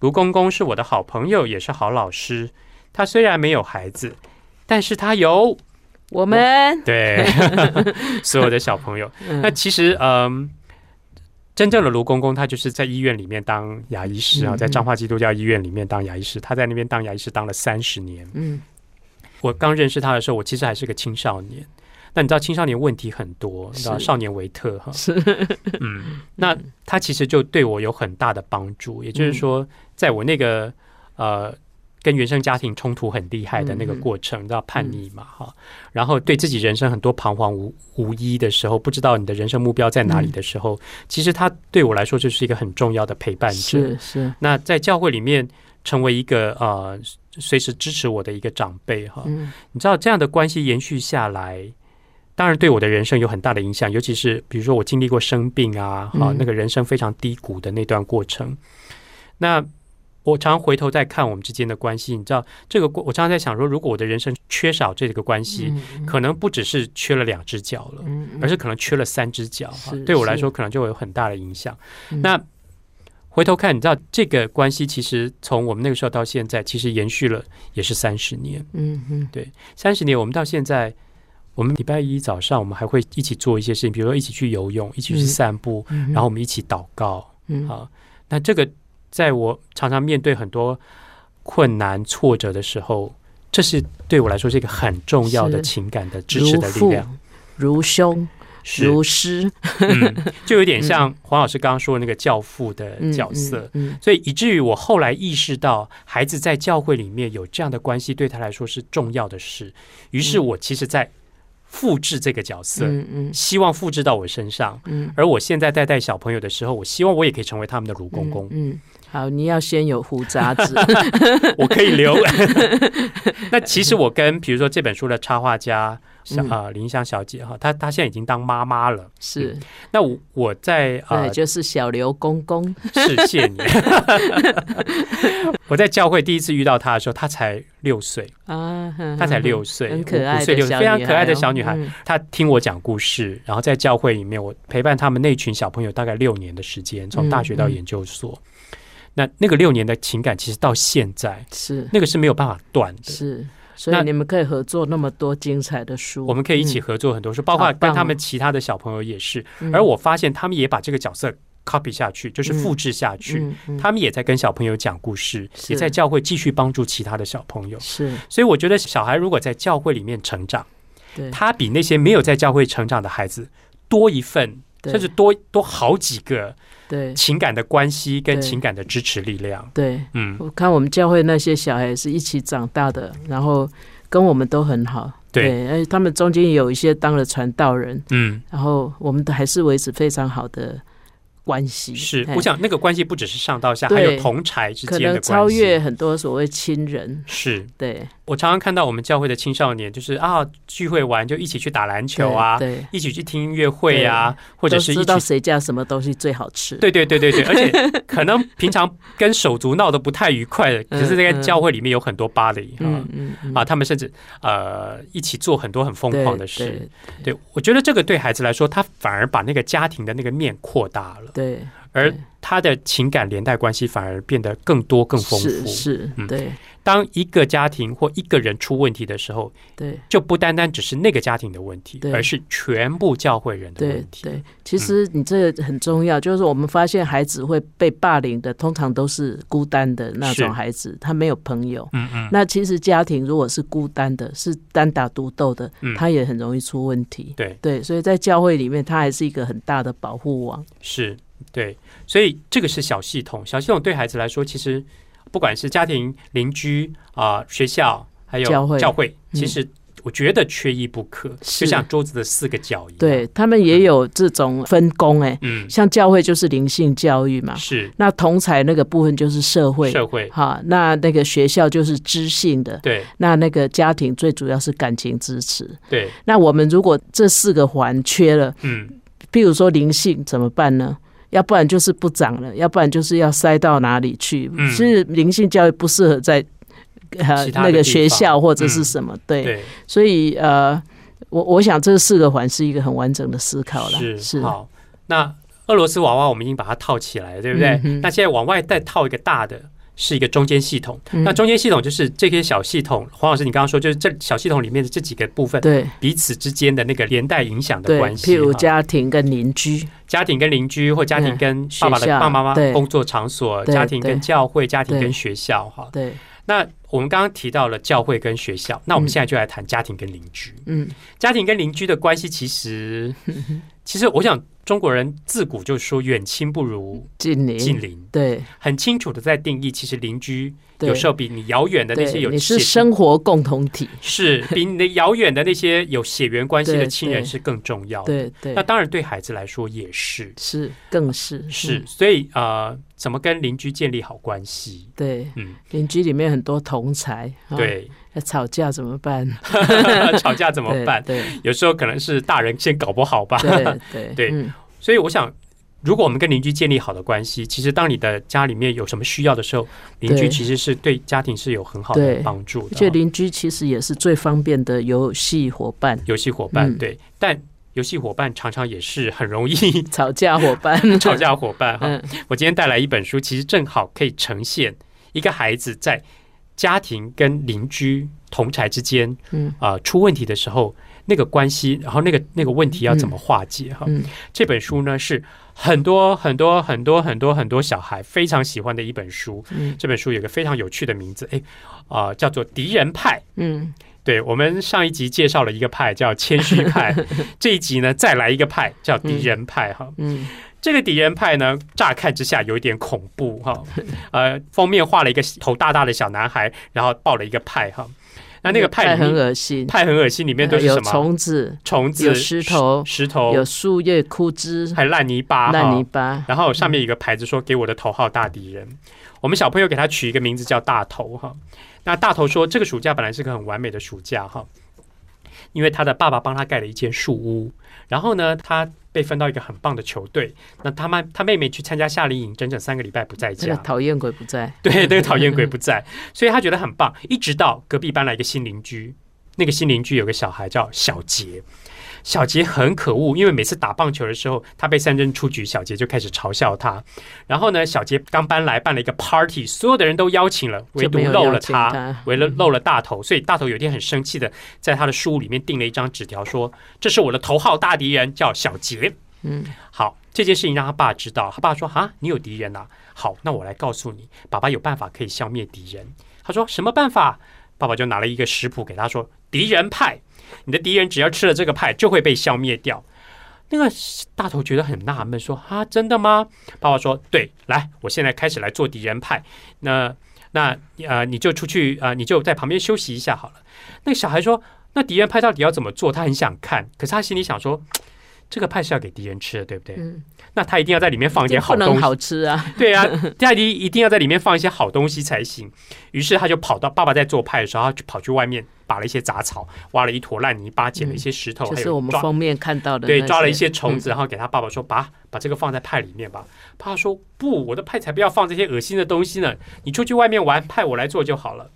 卢公公是我的好朋友，也是好老师。他虽然没有孩子，但是他有
我们
对，所有的小朋友。
嗯
那其实，嗯，真正的卢公公他就是在医院里面当牙医师啊，
嗯
在彰化基督教医院里面当牙医师，他在那边当牙医师当了三十年。
嗯
我刚认识他的时候，我其实还是个青少年。那你知道青少年问题很多，你知道
是
少年维特哈，
是
嗯，那他其实就对我有很大的帮助。
嗯
也就是说，在我那个呃跟原生家庭冲突很厉害的
嗯
那个过程，你知道叛逆嘛哈，然后对自己人生很多彷徨无无依的时候，不知道你的人生目标在哪里的时候，其实他对我来说就是一个很重要的陪伴者。
是是，
那在教会里面成为一个呃随时支持我的一个长辈哈，
嗯
你知道这样的关系延续下来，当然对我的人生有很大的影响，尤其是比如说我经历过生病啊，
嗯
好、那个人生非常低谷的那段过程。那我常回头再看我们之间的关系，你知道这个过，我常常在想说，如果我的人生缺少这个关系，可能不只是缺了两只脚了，
嗯嗯
而是可能缺了三只脚啊
是，
对我来说
是
可能就会有很大的影响。
嗯
那回头看，你知道这个关系其实从我们那个时候到现在，其实延续了也是三十年。
嗯嗯
三十年，我们到现在，我们礼拜一早上我们还会一起做一些事情，比如说一起去游泳，一起去
嗯
散步，
嗯，
然后我们一起祷告
嗯
啊。那这个在我常常面对很多困难、挫折的时候，这是对我来说是一个很重要的
是
情感的支持的力量。
如父如兄
是，
如师
嗯，就有点像黄老师刚刚说的那个教父的
嗯
角色。
嗯嗯
所以以至于我后来意识到，孩子在教会里面有这样的关系，对他来说是重要的事。于是我其实，在复制这个角色，
嗯嗯
希望复制到我身上。
嗯
而我现在在带小朋友的时候，我希望我也可以成为他们的卢公公，
嗯，嗯好，你要先有胡渣 子，
我可以 留。那其实我跟比如说这本书的插画家小
嗯
啊、呃林香小姐哈，她她现在已经当妈妈了。
是
那我我在啊、
对，就是小刘公公，
视线你。 我在教会第一次遇到她的时候，她才六岁，
啊，哼
她才
哼
六岁，
很可爱
五岁
的
六岁
小
非常
女
可爱
孩
的
哦
小女孩。
嗯
她听我讲故事，然后在教会里面，我陪伴他们那群小朋友大概六年的时间，从大学到研究所。
嗯
那那个六年的情感，其实到现在，
是
那个是没有办法断的。
是，所以
那
你们可以合作那么多精彩的书，
我们可以一起
嗯，
合作很多事，包括
好棒
跟
哦
他们其他的小朋友也是。
嗯
而我发现他们也把这个角色 copy 下去，就是
嗯
复制下去。
嗯嗯
他们也在跟小朋友讲故事，
是
也在教会继续帮助其他的小朋友。
是
所以我觉得小孩如果在教会里面成长，
对，
他比那些没有在教会成长的孩子多一份，
对
甚至多多好几个
对
情感的关系跟
对
情感的支持力量。
对，
嗯，
我看我们教会那些小孩是一起长大的，然后跟我们都很好。
对
而且他们中间也有一些当了传道人，
嗯，
然后我们还是维持非常好的关系。
嗯是，
哎
我想那个关系不只是上到下，
对
还有同才之
可
间的
能
关系。
超越很多所谓亲人。
是
对，
我常常看到我们教会的青少年，就是啊聚会完就一起去打篮球啊，
对，对
一起去听音乐会啊，或者是
都
一
知道
起。
谁家什么东西最好吃。
对对 对对对，而且可能平常跟手足闹得不太愉快的，可是，在
嗯嗯
教会里面有很多巴黎哈
嗯，嗯嗯，
啊，他们甚至呃一起做很多很疯
对
狂的事。对，我觉得这个对孩子来说，他反而把那个家庭的那个面扩大了，
对，对
而他的情感连带关系反而变得更多、更丰
是
富。
是
嗯，
对
当一个家庭或一个人出问题的时候，
对。
就不单单只是那个家庭的问题，
对
而是全部教会人的
对
问题。嗯
对，其实你这个很重要，就是我们发现孩子会被霸凌的，通常都是孤单的那
是
种孩子，他没有朋友。
嗯嗯，
那其实家庭如果是孤单的，是单打独斗的
嗯，
他也很容易出问题。
对，
对，所以在教会里面，他还是一个很大的保护网。
是，对，所以这个是小系统。小系统对孩子来说，其实不管是家庭、邻居啊、学校，还有
教会嗯
其实我觉得缺一不可，就是像桌子的四个角一样。
对，他们也有这种分工、哎、
嗯，
像教会就是灵性教育嘛，
是
那同才那个部分就是社会，
社会，
哈，那那个学校就是知性的，
对
那那个家庭最主要是感情支持。
对，
那我们如果这四个环缺了，
嗯，
譬如说灵性怎么办呢？要不然就是不长了，要不然就是要塞到哪里去。
嗯
其实灵性教育不适合在呃
其他的
那个
地
学
方
校或者
嗯
是什么、对，
对，
所以呃，我我想这四个环是一个很完整的思考了，
是好。那俄罗斯娃娃我们已经把它套起来了，对不对
嗯？哼
那现在往外再套一个大的。是一个中间系统，
嗯
那中间系统就是这些小系统。黄老师，你刚刚说就是这小系统里面的这几个部分，
对
彼此之间的那个连带影响的
对，
关系，
譬如
哈
家庭跟邻居，
家庭跟邻居或家庭
嗯
跟爸爸
学
的
校
爸爸妈妈
对
工作场所，
对
家庭跟
对
教会，家庭
对
跟学校哈。
对，
那我们刚刚提到了教会跟学校，那我们
嗯
现在就来谈家庭跟邻居。
嗯，
家庭跟邻居的关系，其 实其实我想中国人自古就说远亲不如
近邻，
近邻，
对
很清楚的在定义，其实邻居
对，
有时候比你遥远的那些
对
有
你是
血
生活共同体，
是比你的遥远的那些有血缘关系的
对
亲人
对
是更重要的。
对对
哦那，当然对孩子来说也是，
是更是
是，
嗯
所以呃，怎么跟邻居建立好关系？
对
嗯，
邻居里面很多同才，啊，
对，
那吵架怎么办？
吵架怎么
对
办？
对
有时候可能是大人先搞不好吧。
对对
对
嗯
所以我想，如果我们跟邻居建立好的关系，其实当你的家里面有什么需要的时候，邻居
对
其实是对家庭是有很好的
对
帮助
而且
的。哦
邻居其实也是最方便的游戏伙伴、
游戏伙伴
嗯
对，但游戏伙伴常常也是很容易
吵架伙伴、
吵。架伙伴哈。
嗯，
我今天带来一本书，其实正好可以呈现一个孩子在家庭跟邻居同才之间，
嗯
啊、出问题的时候那个关系，然后那个那个问题要怎么化解哈、
嗯
这本书呢是很多很多很多很多很多小孩非常喜欢的一本书。
嗯
这本书有一个非常有趣的名字，哎，啊、叫做《敌人派》。
嗯，
对我们上一集介绍了一个派叫谦虚派， 这一集呢再来一个派叫敌人派哈。
嗯，
这个敌人派呢，乍看之下有一点恐怖哈、 呃，封面画了一个头大大的小男孩，然后抱了一个派哈、那那个派
派
里面
很恶心，
派很恶心，里面都是
有
什么？哦
虫子、
虫子、
有石头
石、石头，
有树叶、枯枝、
还有烂泥巴、
烂泥
啊哈。
巴。
然后上面有一个牌子说：“给我的头号大敌人。”我们小朋友给他取一个名字叫大头哈。那大头说：“这个暑假本来是个很完美的暑假哈，因为他的爸爸帮他盖了一间树屋，然后呢，他被分到一个很棒的球队。那他妈他妹妹去参加夏令营，整整三个礼拜不在
那个
家。
讨厌鬼不在，
对，那个讨厌鬼不在，所以他觉得很棒。一直到隔壁搬来一个新邻居，那个新邻居有个小孩叫小杰，小杰很可恶，因为每次打棒球的时候，他被三振出局，小杰就开始嘲笑他。然后呢，小杰刚搬来办了一个 party，所有的人都邀请了，唯
就
独
没有
漏了
邀请
他
他，嗯
唯了漏了大头。所以大头有一天很生气的，在他的书里面订了一张纸条，说：“这是我的头号大敌人，叫小杰。”
嗯，
好，这件事情让他爸知道，他爸说：“啊，你有敌人呐、好，那我来告诉你，爸爸有办法可以消灭敌人。”他说：“什么办法？”爸爸就拿了一个食谱给他说：“敌人派，你的敌人只要吃了这个派，就会被消灭掉。”那个大头觉得很纳闷，说：“啊，真的吗？”爸爸说：“对，来，我现在开始来做敌人派。那那呃，你就出去啊、呃你就在旁边休息一下好了。”那个小孩说：“那敌人派到底要怎么做？”他很想看，可是他心里想说：“这个派是要给敌人吃的，对不对？
嗯
那他一定要在里面放一点好
不
东
能
西。”
好吃啊，
对啊，他一定一定要在里面放一些好东西才行。于是他就跑到爸爸在做派的时候，他就跑去外面拔了一些杂草，挖了一坨烂泥巴，捡了一些石头，
就
还
是我
有
们
抓
封面看到的那些，
对抓了一些虫
嗯
子，然后给他爸爸说：“爸，把这个放在派里面吧。”爸爸说：“不，我的派才不要放这些恶心的东西呢！你出去外面玩，派我来做就好了。”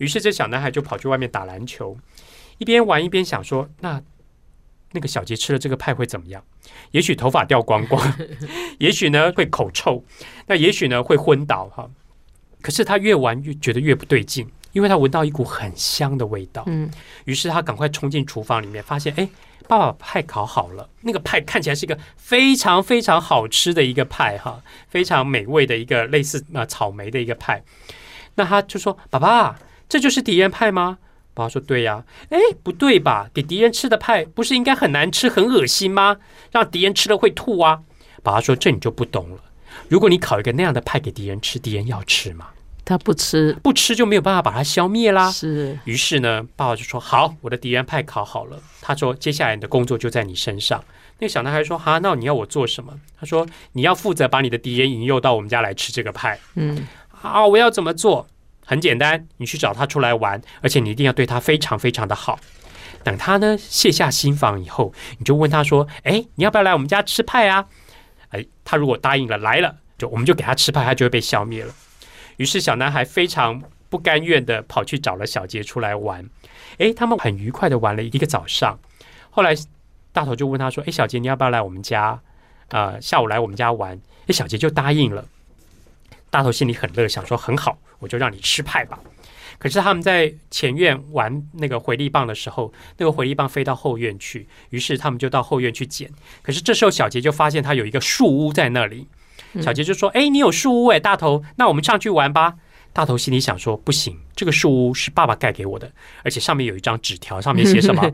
于是这小男孩就跑去外面打篮球，一边玩一边想说：“那那个小杰吃了这个派会怎么样？也许头发掉光光， 也许呢会口臭，那也许呢会昏倒哈。”可是他越玩越觉得越不对劲，因为他闻到一股很香的味道。
嗯，
于是他赶快冲进厨房里面，发现哎，爸爸把派烤好了，那个派看起来是一个非常非常好吃的一个派哈，非常美味的一个类似呃草莓的一个派。那他就说：“爸爸，这就是敌人派吗？”爸爸说：“对呀、哎，不对吧？给敌人吃的派不是应该很难吃、很恶心吗？让敌人吃了会吐啊！”爸爸说：“这你就不懂了。如果你烤一个那样的派给敌人吃，敌人要吃吗？
他不吃
不吃就没有办法把它消灭啦。
是
于是呢，爸爸就说：“好，我的敌人派考好了。”他说：“接下来你的工作就在你身上。”那个小男孩说：“哈，那你要我做什么？”他说：“你要负责把你的敌人引诱到我们家来吃这个派。
嗯”
啊，我要怎么做？很简单，你去找他出来玩，而且你一定要对他非常非常的好。等他呢卸下心防以后，你就问他说：“哎，你要不要来我们家吃派啊？”哎，他如果答应了，来了，就我们就给他吃派，他就会被消灭了。于是小男孩非常不甘愿的跑去找了小杰出来玩。诶，他们很愉快的玩了一个早上。后来大头就问他说：“诶，哎小杰，你要不要来我们家？呃，下午来我们家玩？”诶，小杰就答应了。大头心里很乐，想说：“很好，我就让你吃派吧。”可是他们在前院玩那个回力棒的时候，那个回力棒飞到后院去，于是他们就到后院去捡。可是这时候小杰就发现他有一个树屋在那里，小杰就说：“诶，你有树屋诶，大头，那我们上去玩吧。”大头心里想说：“不行，这个树屋是爸爸盖给我的，而且上面有一张纸条，上面写什么？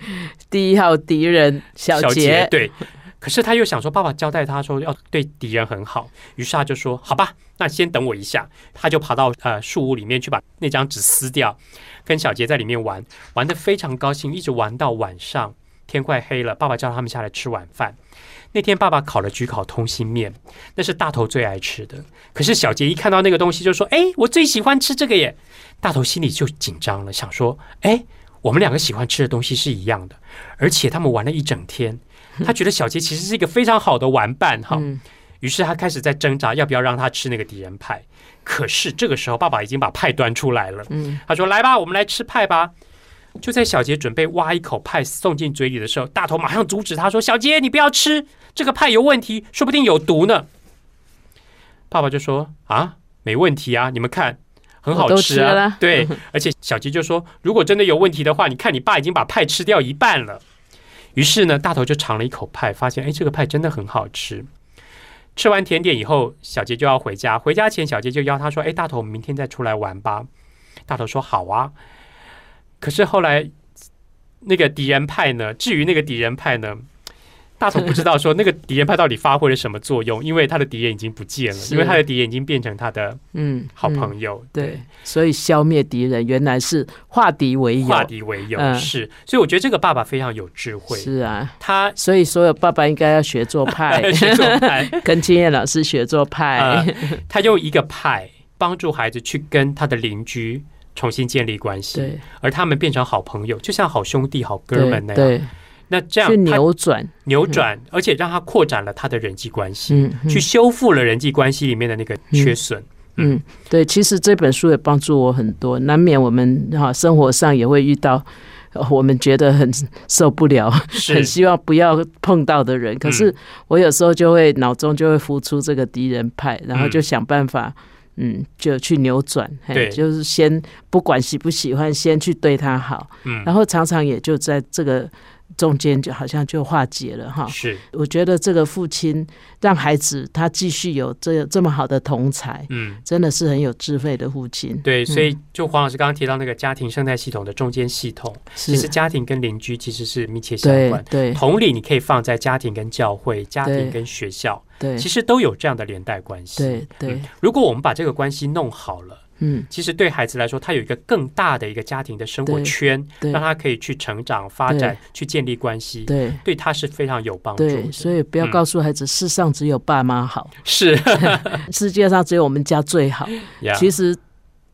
第一号敌人小杰，
对。可是他又想说，爸爸交代他说要对敌人很好，于是他就说：“好吧，那先等我一下。”他就爬到呃树屋里面去把那张纸撕掉，跟小杰在里面玩，玩的非常高兴，一直玩到晚上，天快黑了。爸爸叫他们下来吃晚饭。那天爸爸烤了焗烤通心面，那是大头最爱吃的。可是小杰一看到那个东西就说：“哎，我最喜欢吃这个耶！”大头心里就紧张了，想说：“哎，我们两个喜欢吃的东西是一样的，而且他们玩了一整天。”他觉得小杰其实是一个非常好的玩伴哈。
嗯
于是他开始在挣扎要不要让他吃那个敌人派。可是这个时候，爸爸已经把派端出来了。
嗯，
他说：“来吧，我们来吃派吧。”就在小杰准备挖一口派送进嘴里的时候，大头马上阻止他说：“小杰，你不要吃这个派，有问题，说不定有毒呢。”爸爸就说：“啊，没问题啊，你们看，很好
我都
吃
吃
啊
了。
对，而且小杰就说，如果真的有问题的话，你看你爸已经把派吃掉一半了。”于是呢，大头就尝了一口派，发现哎，这个派真的很好吃。吃完甜点以后，小杰就要回家。回家前，小杰就邀他说：“哎，大头，我们明天再出来玩吧。”大头说：“好啊。”可是后来，那个敌人派呢？至于那个敌人派呢，大头不知 道说那个敌人派到底发挥了什么作用，因为他的敌人已经不见了，
是
因为他的敌人已经变成他的
嗯，
好
友。
朋友。
对，所以消灭敌人原来是化敌为友，
化敌为友、
嗯
是，所以我觉得这个爸爸非常有智慧。
是啊，
他呃
所以所有爸爸应该要学做派，
学做派，
跟金燕老师学做派，
呃，他用一个派帮助孩子去跟他的邻居重新建立关系，
对
而他们变成好朋友，就像好兄弟、好哥
对
们那样。
对，
那这
去
样他
扭转，
扭转，而且让他扩展了他的人际关系，
嗯，嗯
去修复了人际关系里面的那个缺损。
嗯，对，其实这本书也帮助我很多，难免我们哈、生活上也会遇到。呃我们觉得很受不了，很
是嗯
希望不要碰到的人，可是我有时候就会脑中就会浮出这个敌人派，然后就想办法，嗯，就去扭转，嘿
对
就是先不管喜不喜欢，先去对他好，
嗯
然后常常也就在这个中间就好像就化解了哈。
是，
我觉得这个父亲让孩子他继续有这这么好的同才，
嗯，
真的是很有智慧的父亲。
对，所
嗯
以就黄老师刚刚提到那个家庭生态系统的中间系统，其实
是，
家庭跟邻居其实是密切相
对
关。
对
同理，你可以放在家庭跟教会、家庭
对
跟学校，
对
其实都有这样的连带关系。
对对
嗯，如果我们把这个关系弄好了，
嗯，
其实对孩子来说，他有一个更大的一个家庭的生活
对
圈，
对
让他可以去成长、发展、去建立关系，
对
对他是非常有帮助
对，
的。
所以不要
嗯
告诉孩子，世上只有爸妈好，
是，
世界上只有我们家最好。
呀
其实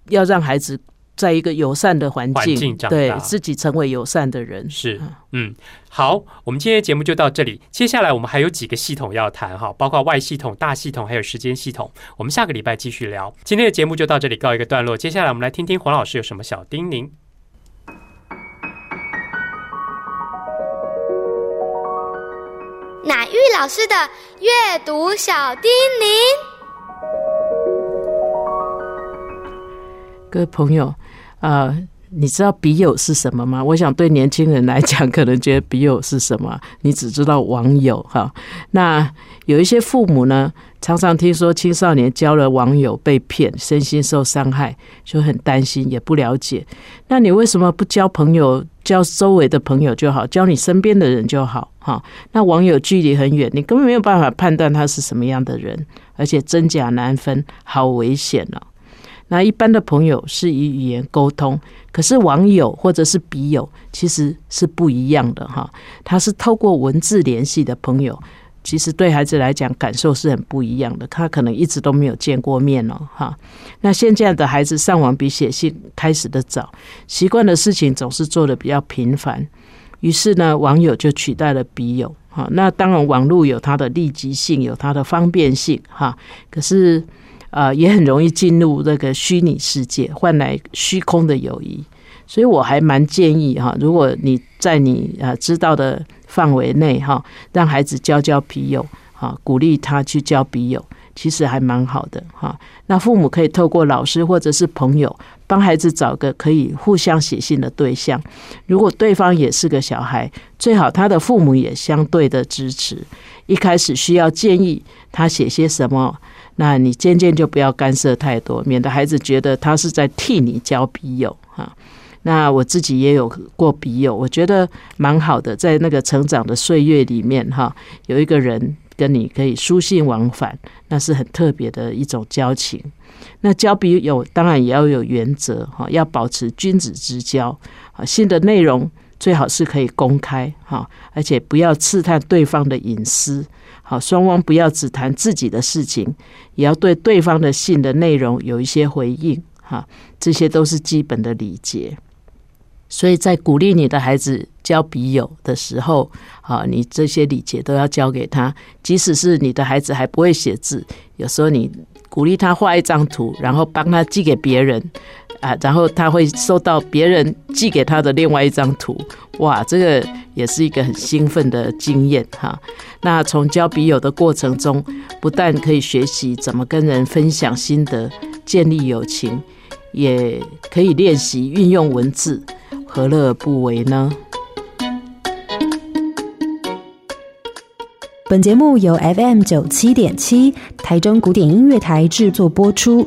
要让孩子在一个友善的环
环境长大
对自己成为友善的人。
是，嗯，好，我们今天的节目就到这里。接下来我们还有几个系统要谈哈，包括外系统、大系统还有时间系统。我们下个礼拜继续聊。今天的节目就到这里告一个段落。接下来我们来听听黄老师有什么小叮咛。
乃玉老师的阅读小叮咛。
各位朋友，啊，你知道笔友是什么吗？我想对年轻人来讲，可能觉得笔友是什么，啊你只知道网友哈。那有一些父母呢，常常听说青少年交了网友被骗，身心受伤害，就很担心，也不了解。那你为什么不交朋友？交周围的朋友就好，交你身边的人就好，哈。那网友距离很远，你根本没有办法判断他是什么样的人，而且真假难分，好危险哦。那一般的朋友是以语言沟通，可是网友或者是笔友其实是不一样的哈，他是透过文字联系的朋友，其实对孩子来讲感受是很不一样的，他可能一直都没有见过面哦哈。那现在的孩子上网比写信开始的早，习惯的事情总是做的比较频繁，于是呢，网友就取代了笔友。哈，那当然，网络有它的立即性，有它的方便性，哈。可是呃，也很容易进入那个虚拟世界，换来虚空的友谊。所以我还蛮建议哈，如果你在你呃知道的范围内哈，让孩子交交笔友哈，鼓励他去交笔友，其实还蛮好的哈。那父母可以透过老师或者是朋友，帮孩子找个可以互相写信的对象。如果对方也是个小孩，最好他的父母也相对的支持。一开始需要建议他写些什么，那你渐渐就不要干涉太多，免得孩子觉得他是在替你交笔友哈。那我自己也有过笔友，我觉得蛮好的，在那个成长的岁月里面哈，有一个人跟你可以书信往返，那是很特别的一种交情。那交笔友当然也要有原则哈，要保持君子之交啊，信的内容最好是可以公开哈，而且不要刺探对方的隐私。好，双方不要只谈自己的事情，也要对对方的信的内容有一些回应，哈，这些都是基本的礼节。所以在鼓励你的孩子交笔友的时候，啊，你这些礼节都要教给他。即使是你的孩子还不会写字，有时候你鼓励他画一张图，然后帮他寄给别人，啊，然后他会收到别人寄给他的另外一张图，哇，这个也是一个很兴奋的经验哈、那从交笔友的过程中，不但可以学习怎么跟人分享心得、建立友情，也可以练习运用文字，何乐而不为呢？
本节目由 FM 九七点七台中古典音乐台制作播出，